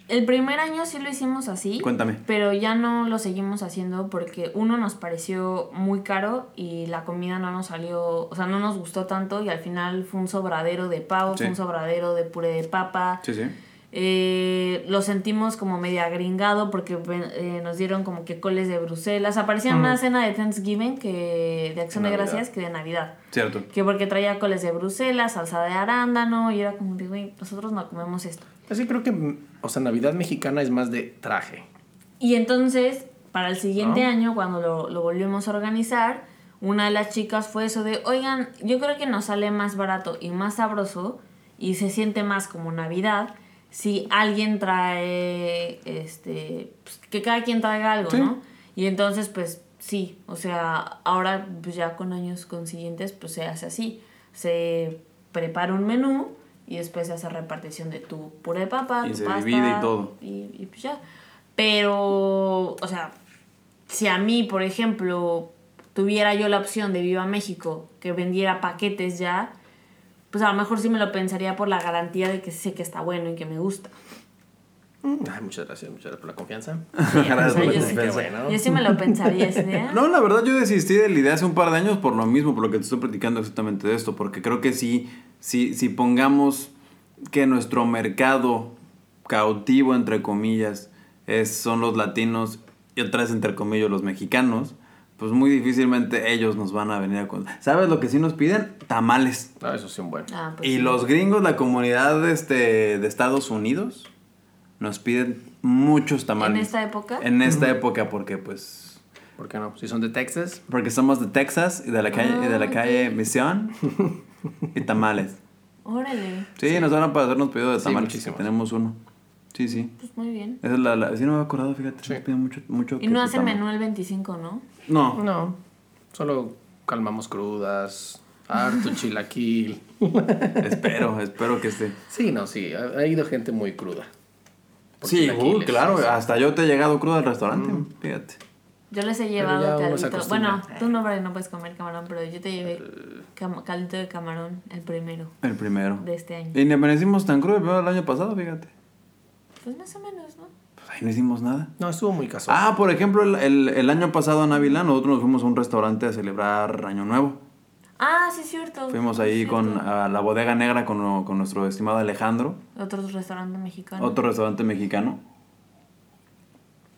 Speaker 3: El primer año sí lo hicimos así.
Speaker 2: Cuéntame.
Speaker 3: Pero ya no lo seguimos haciendo porque uno nos pareció muy caro y la comida no nos salió, o sea, no nos gustó tanto y al final fue un sobradero de pavo, fue
Speaker 2: Sí.
Speaker 3: un sobradero de puré de papa.
Speaker 2: Sí, sí.
Speaker 3: Eh, lo sentimos como medio agringado porque ven- eh, nos dieron como que coles de Bruselas. Aparecía en una cena de Thanksgiving que de Acción de
Speaker 4: Navidad.
Speaker 3: Gracias que de Navidad.
Speaker 2: Cierto.
Speaker 3: Que porque traía coles de Bruselas, salsa de arándano, y era como de, güey, nosotros no comemos esto.
Speaker 4: Así creo que, mm, o sea, Navidad mexicana es más de traje.
Speaker 3: Y entonces, para el siguiente
Speaker 4: Ah.
Speaker 3: año, cuando lo, lo volvimos a organizar, una de las chicas fue eso de, oigan, yo creo que nos sale más barato y más sabroso y se siente más como Navidad si alguien trae, este, pues, que cada quien traiga algo,
Speaker 2: Sí.
Speaker 3: ¿no? Y entonces, pues sí, o sea, ahora pues, ya con años consiguientes, pues se hace así. Se prepara un menú y después se hace repartición de tu puré de papa,
Speaker 2: Y
Speaker 3: tu
Speaker 2: se
Speaker 3: pasta,
Speaker 2: divide y todo.
Speaker 3: Y, y pues ya. Pero, o sea, si a mí, por ejemplo, tuviera yo la opción de Viva México, que vendiera paquetes ya, pues a lo mejor sí me lo pensaría por la garantía de que sé que está bueno y que me gusta.
Speaker 4: Mm, Ay, muchas gracias, muchas gracias por la confianza.
Speaker 2: Gracias por la
Speaker 3: yo, sí,
Speaker 2: confianza.
Speaker 4: bueno.
Speaker 3: yo sí me lo pensaría. así de, ah,
Speaker 2: No, la verdad yo desistí de la idea hace un par de años por lo mismo, por lo que te estoy platicando exactamente de esto, porque creo que sí, sí, si pongamos que nuestro mercado cautivo, entre comillas, es- son los latinos y otras, entre comillas, los mexicanos, pues muy difícilmente ellos nos van a venir a... con- ¿Sabes lo que sí nos piden? Tamales.
Speaker 4: Ah, eso sí, un buen.
Speaker 3: Ah, pues
Speaker 2: Y
Speaker 3: sí.
Speaker 2: los gringos, la comunidad este, de Estados Unidos, nos piden muchos tamales.
Speaker 3: ¿En esta época?
Speaker 2: En esta época, porque pues...
Speaker 4: ¿Por qué no? Si son de Texas.
Speaker 2: Porque somos de Texas y de la calle, y de la
Speaker 3: Ah,
Speaker 2: calle Misión y tamales.
Speaker 3: Órale.
Speaker 2: Sí, nos van a para hacernos pedido de
Speaker 4: Sí,
Speaker 2: tamales.
Speaker 4: muchísimos.
Speaker 2: Tenemos uno. Sí, sí.
Speaker 3: Pues muy bien.
Speaker 2: Esa es la, la- sí, no me he acordado, fíjate.
Speaker 4: Sí.
Speaker 2: Nos piden mucho, mucho
Speaker 3: Y
Speaker 2: que
Speaker 3: no
Speaker 2: tu
Speaker 4: pues
Speaker 3: hacen
Speaker 2: tamal.
Speaker 3: menú el 25, ¿no?
Speaker 2: No.
Speaker 4: No. Solo calmamos crudas, harto chilaquil.
Speaker 2: espero, espero que esté.
Speaker 4: Sí, no, sí. Ha, ha ido gente muy cruda. Por
Speaker 2: Sí,
Speaker 4: chilaquiles,
Speaker 2: uh, claro.
Speaker 4: sí, Mm. sí.
Speaker 2: Hasta yo te he llegado crudo al restaurante. Fíjate.
Speaker 3: Yo les he
Speaker 4: ya
Speaker 3: llevado
Speaker 4: uno se
Speaker 3: caldito.
Speaker 4: acostumbra. Eh.
Speaker 3: Bueno, tú no, porque no puedes comer camarón, pero yo te llevé cam- caldito de camarón el primero
Speaker 2: El primero.
Speaker 3: de este año.
Speaker 2: Y ni amanecimos tan crudo el primero del año pasado, fíjate.
Speaker 3: Pues más o menos, ¿no?
Speaker 2: Pues ahí no hicimos nada.
Speaker 4: No, estuvo muy casual.
Speaker 2: Ah, por ejemplo, el, el- el año pasado en Ávila, nosotros nos fuimos a un restaurante a celebrar Año Nuevo.
Speaker 3: Ah, sí, es cierto.
Speaker 2: Fuimos
Speaker 3: Sí, es
Speaker 2: ahí
Speaker 3: cierto.
Speaker 2: con a la bodega negra con, con nuestro estimado Alejandro,
Speaker 3: Otro restaurante mexicano.
Speaker 2: otro restaurante mexicano.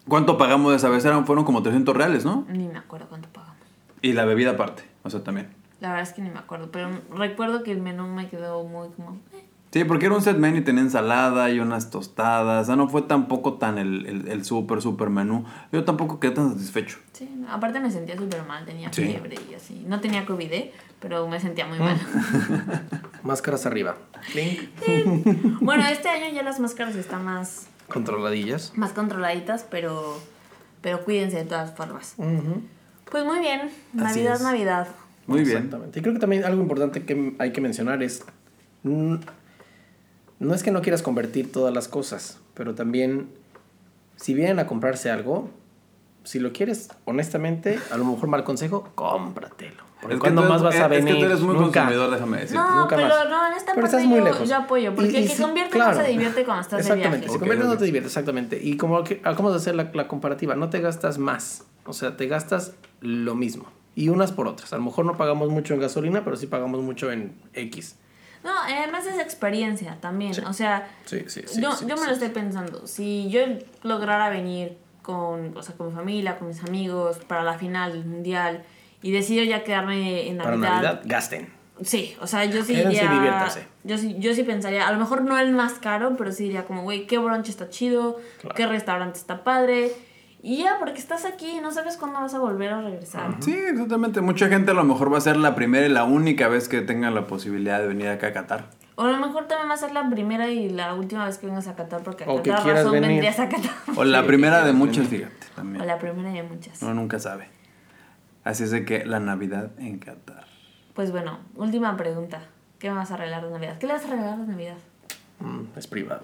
Speaker 2: ¿Cuánto pagamos esa vez? Eran, fueron como 300 reales, ¿no?
Speaker 3: Ni me acuerdo cuánto pagamos.
Speaker 2: Y la bebida aparte, o sea, también.
Speaker 3: La verdad es que ni me acuerdo, pero recuerdo que el menú me quedó muy como... eh.
Speaker 2: Sí, porque era un set menú y tenía ensalada y unas tostadas. O sea, no fue tampoco tan el, el, el súper, súper menú. Yo tampoco quedé tan satisfecho.
Speaker 3: Sí, no, aparte me sentía súper mal, tenía
Speaker 2: Sí. Mm.
Speaker 3: fiebre y así. No tenía COVID, ¿eh? pero me sentía muy mal.
Speaker 4: Máscaras arriba. Clink.
Speaker 3: bueno, este año ya las máscaras están más,
Speaker 4: Controladillas.
Speaker 3: más controladitas, pero, pero cuídense de todas formas. Pues muy bien, Navidad,
Speaker 2: es.
Speaker 3: Navidad.
Speaker 2: Muy bien.
Speaker 4: Exactamente. Y creo que también algo importante que hay que mencionar es, mm, no es que no quieras convertir todas las cosas, pero también, si vienen a comprarse algo, si lo quieres, honestamente, a lo mejor mal consejo, cómpratelo. Porque
Speaker 2: Es que
Speaker 4: cuando
Speaker 2: tú eres- eh,
Speaker 4: más vas a
Speaker 2: es-
Speaker 4: venir.
Speaker 2: Es que tú eres muy
Speaker 4: Nunca.
Speaker 2: consumidor, déjame decir.
Speaker 3: No,
Speaker 4: nunca
Speaker 3: pero
Speaker 4: más.
Speaker 3: no, en esta
Speaker 4: Pero estás
Speaker 3: parte
Speaker 4: muy
Speaker 3: yo-
Speaker 4: lejos.
Speaker 3: yo apoyo, porque el que
Speaker 4: sí,
Speaker 3: convierte no se divierte cuando estás de
Speaker 4: Exactamente,
Speaker 3: viaje.
Speaker 4: si
Speaker 2: Ok,
Speaker 4: conviertes
Speaker 2: ok.
Speaker 4: no te diviertes, exactamente. Y como que acabamos de hacer la, la comparativa, no te gastas más, o sea, te gastas lo mismo. Y unas por otras. A lo mejor no pagamos mucho en gasolina, pero sí pagamos mucho en X.
Speaker 3: No, además es experiencia también.
Speaker 4: Sí.
Speaker 3: O sea,
Speaker 4: Sí, sí, sí.
Speaker 3: yo,
Speaker 4: sí,
Speaker 3: yo me
Speaker 4: sí.
Speaker 3: lo estoy pensando. Si yo lograra venir con, o sea, con mi familia, con mis amigos, para la final del mundial, y decido ya quedarme en
Speaker 4: Para
Speaker 3: Navidad.
Speaker 4: Navidad, Ah, gasten.
Speaker 3: Sí, o sea, yo sí
Speaker 4: Quédense y
Speaker 3: iría-
Speaker 4: diviértanse.
Speaker 3: Yo sí, yo sí pensaría, a lo mejor no el más caro, pero sí diría como, güey, qué brunch está chido,
Speaker 4: Claro.
Speaker 3: qué restaurante está padre. Y ya, porque estás aquí y no sabes cuándo vas a volver a regresar.
Speaker 2: Sí, exactamente. Mucha gente a lo mejor va a ser la primera y la única vez que tengan la posibilidad de venir acá a Qatar.
Speaker 3: O a lo mejor también va a ser la primera y la última vez que vengas a Qatar, porque a
Speaker 4: O que
Speaker 3: cada
Speaker 4: quieras
Speaker 3: razón
Speaker 4: venir.
Speaker 3: vendrías a Qatar.
Speaker 2: O la
Speaker 4: Sí,
Speaker 2: primera de
Speaker 4: sí,
Speaker 2: muchas,
Speaker 4: sí.
Speaker 2: fíjate,
Speaker 3: O
Speaker 2: también.
Speaker 3: la primera de muchas.
Speaker 4: Ah.
Speaker 2: Uno nunca sabe. Así es de que la Navidad en Qatar.
Speaker 3: Pues bueno, última pregunta. ¿Qué me vas a regalar de Navidad? ¿Qué le vas a regalar de Navidad?
Speaker 4: Mm, es privado.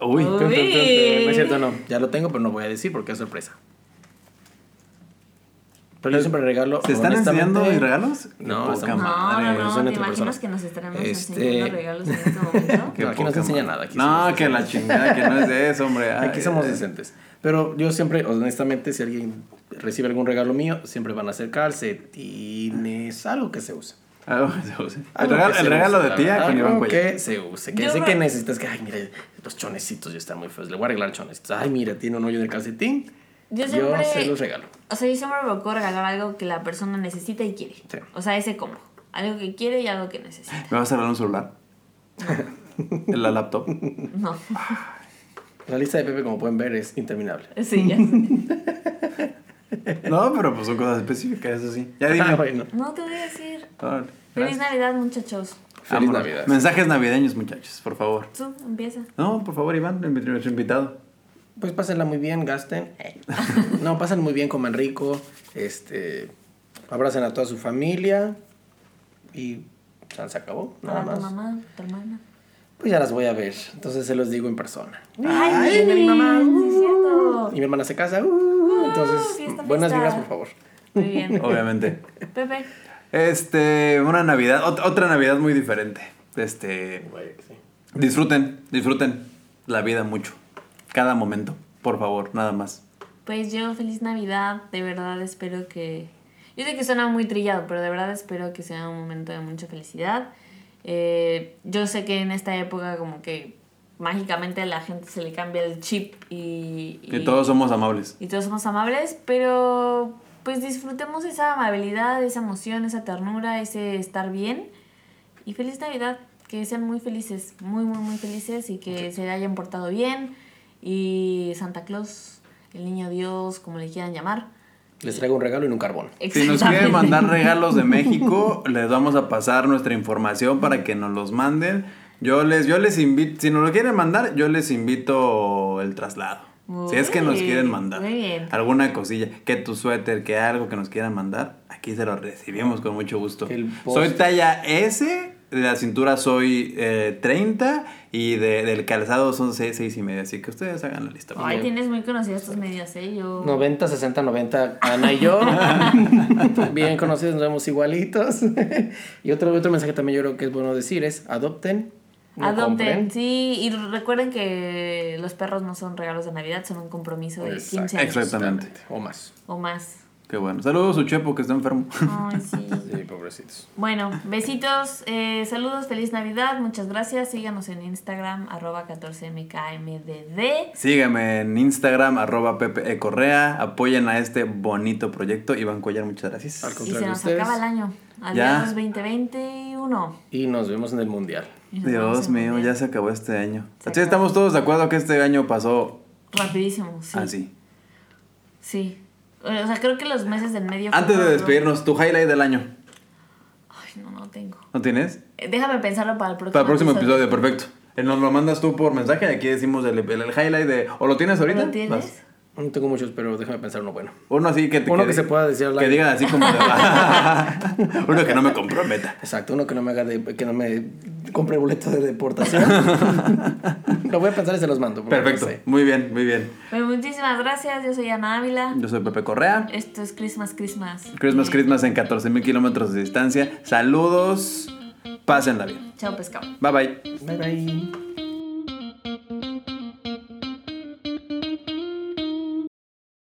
Speaker 2: Uy.
Speaker 3: Uy.
Speaker 4: Tun, tun, tun, tun. No es cierto, no. Ya lo tengo, pero no voy a decir porque es sorpresa. Pero yo siempre regalo.
Speaker 2: ¿Se están
Speaker 4: honestamente,
Speaker 2: enseñando mis regalos?
Speaker 4: No,
Speaker 2: Qué
Speaker 4: estamos-
Speaker 2: poca
Speaker 4: No,
Speaker 3: No, no,
Speaker 2: madre.
Speaker 3: no,
Speaker 4: soy
Speaker 3: ¿te
Speaker 4: otra
Speaker 3: imaginas
Speaker 4: persona.
Speaker 3: que nos estaremos
Speaker 4: Este-
Speaker 3: enseñando regalos en este momento?
Speaker 2: Qué
Speaker 4: No, aquí no se
Speaker 2: poca
Speaker 4: enseña
Speaker 2: madre.
Speaker 4: nada, aquí
Speaker 2: no,
Speaker 4: somos
Speaker 2: que la
Speaker 4: decentes.
Speaker 2: chingada, que no es de eso, hombre. Ay, eh,
Speaker 4: Aquí somos
Speaker 2: ay,
Speaker 4: decentes. Pero yo siempre, honestamente, si alguien recibe algún regalo mío, siempre van a hacer calcetines, algo que se use.
Speaker 2: algo que se use. El
Speaker 4: Algo
Speaker 2: regalo,
Speaker 4: que
Speaker 2: el
Speaker 4: se
Speaker 2: regalo
Speaker 4: use,
Speaker 2: de
Speaker 4: la
Speaker 2: tía
Speaker 4: verdad.
Speaker 2: con Iván
Speaker 4: Algo
Speaker 2: Cuellar.
Speaker 4: que se use. Que
Speaker 3: Yo
Speaker 4: sé
Speaker 3: me-
Speaker 4: que necesitas que, ay, mire, los chonecitos ya están muy feos. Le voy a regalar chonecitos. Ay, mira, tiene un hoyo de calcetín.
Speaker 3: Yo
Speaker 4: Yo,
Speaker 3: siempre-
Speaker 4: se los regalo.
Speaker 3: O sea, yo siempre procuro regalar algo que la persona necesita y quiere.
Speaker 4: Sí.
Speaker 3: O sea, ese combo. Algo que quiere y algo que necesita.
Speaker 2: ¿Me vas a regalar un celular? En la laptop.
Speaker 3: No.
Speaker 4: La lista de Pepe, como pueden ver, es interminable.
Speaker 3: Sí, ya sé.
Speaker 2: No, pero pues son cosas específicas, eso sí. Ya dime.
Speaker 4: Ah, bueno.
Speaker 3: No te voy a decir.
Speaker 2: Órale.
Speaker 3: Feliz Navidad, muchachos.
Speaker 4: Feliz
Speaker 2: Vámonos.
Speaker 4: Navidad.
Speaker 2: Mensajes navideños, muchachos, por favor.
Speaker 3: Tú, empieza.
Speaker 2: No, por favor, Iván, el- nuestro invitado.
Speaker 4: Pues pásenla muy bien, gasten. No, pasen muy bien, coman rico. Este, abracen a toda su familia. Y ya se acabó, nada
Speaker 3: Para tu
Speaker 4: más.
Speaker 3: mamá, tu hermana.
Speaker 4: Pues ya las voy a ver. Entonces se los digo en persona.
Speaker 3: ¡Ay, mi mamá! Sí, es cierto.
Speaker 4: Y mi hermana se casa. uh, entonces,
Speaker 3: fiesta,
Speaker 4: buenas
Speaker 3: fiesta.
Speaker 4: vibras, por favor.
Speaker 3: Muy bien.
Speaker 2: Obviamente.
Speaker 3: Pepe.
Speaker 2: Este, una Navidad, ot- otra Navidad muy diferente. Este, disfruten, disfruten la vida mucho. Cada momento, por favor, nada más.
Speaker 3: Pues yo, feliz Navidad. De verdad espero que. Yo sé que suena muy trillado, pero de verdad espero que sea un momento de mucha felicidad. Eh, yo sé que en esta época, como que mágicamente a la gente se le cambia el chip y...
Speaker 2: Que todos somos amables.
Speaker 3: y todos somos amables, pero pues disfrutemos esa amabilidad, esa emoción, esa ternura, ese estar bien. Y feliz Navidad, que sean muy felices, muy, muy, muy felices y que se hayan portado bien. Y Santa Claus, el niño Dios, como le quieran llamar.
Speaker 4: Les traigo un regalo y un carbón.
Speaker 2: Si nos
Speaker 3: Exactamente.
Speaker 2: quieren mandar regalos de México, les vamos a pasar nuestra información para que nos los manden. Yo les, yo les invito, si nos lo quieren mandar, yo les invito el traslado. si es que nos
Speaker 3: Muy
Speaker 2: quieren
Speaker 3: bien,
Speaker 2: mandar
Speaker 3: muy bien.
Speaker 2: alguna cosilla, que tu suéter, que algo que nos quieran mandar, aquí se lo recibimos con mucho gusto.
Speaker 4: El post.
Speaker 2: Soy talla S, de la cintura soy eh, 30 y de- del calzado son 6, y medio, así que ustedes hagan la lista. por
Speaker 3: Ay,
Speaker 2: favor.
Speaker 3: tienes muy conocidas tus medias, ¿eh? Yo...
Speaker 4: 90, 60, 90, Ana y yo. Bien conocidos, nos vemos igualitos. y otro, otro mensaje también yo creo que es bueno decir es adopten. no
Speaker 3: Adopten,
Speaker 4: compren.
Speaker 3: sí, y recuerden que los perros no son regalos de Navidad, son un compromiso de
Speaker 4: Exacto.
Speaker 3: 15 años
Speaker 2: Exactamente.
Speaker 4: O más.
Speaker 3: o más.
Speaker 2: Qué bueno. Saludos a Uchepo que está enfermo.
Speaker 3: Ay, sí.
Speaker 4: Sí, pobrecitos.
Speaker 3: Bueno, besitos, eh, saludos, feliz Navidad, muchas gracias. Síganos en Instagram, arroba 14mkmdd.
Speaker 2: Síganme en Instagram, arroba Pepe E. Correa. Apoyen a este bonito proyecto. Iván Cuellar, muchas
Speaker 4: Al
Speaker 2: gracias.
Speaker 3: Y
Speaker 4: contrario,
Speaker 3: se nos
Speaker 4: ustedes.
Speaker 3: acaba el año.
Speaker 2: Ya.
Speaker 3: Adiós 2021.
Speaker 4: Y nos vemos en el mundial.
Speaker 3: Y nos vemos
Speaker 2: Dios
Speaker 3: en
Speaker 2: mío, ya
Speaker 3: junio.
Speaker 2: se acabó este año.
Speaker 3: Se
Speaker 2: Así
Speaker 3: acabó.
Speaker 2: estamos todos de acuerdo que este año pasó
Speaker 3: Rapidísimo, sí.
Speaker 2: así.
Speaker 3: Sí. O sea, creo que los meses del medio...
Speaker 2: Antes de
Speaker 3: fueron-
Speaker 2: despedirnos, tu highlight del año.
Speaker 3: Ay, no, no tengo.
Speaker 2: ¿No tienes?
Speaker 3: Eh, Déjame pensarlo para el próximo
Speaker 2: Para el próximo episodio, perfecto. Eh, Nos lo mandas tú por mensaje y aquí decimos el, el- el highlight de... ¿O lo tienes ahorita?
Speaker 3: ¿Lo tienes?
Speaker 2: Vas.
Speaker 4: No tengo muchos, pero déjame pensar uno bueno.
Speaker 2: Uno así que... te-
Speaker 4: Uno que se pueda decir al
Speaker 2: Que
Speaker 4: aire.
Speaker 2: diga así como... de- Uno que no me comprometa.
Speaker 4: Exacto, uno que no me haga de, que no me compre boleto de deportación. Lo voy a pensar y se los mando. porque
Speaker 2: Perfecto.
Speaker 4: no sé.
Speaker 2: Muy bien, muy bien.
Speaker 3: Bueno, muchísimas gracias, yo soy Ana Ávila.
Speaker 2: Yo soy Pepe Correa.
Speaker 3: Esto es Christmas, Christmas. Eh,
Speaker 2: Christmas Christmas en 14.000 kilómetros de distancia. Saludos. Pásenla bien.
Speaker 3: Chao, pescado.
Speaker 2: Bye bye.
Speaker 4: Bye bye.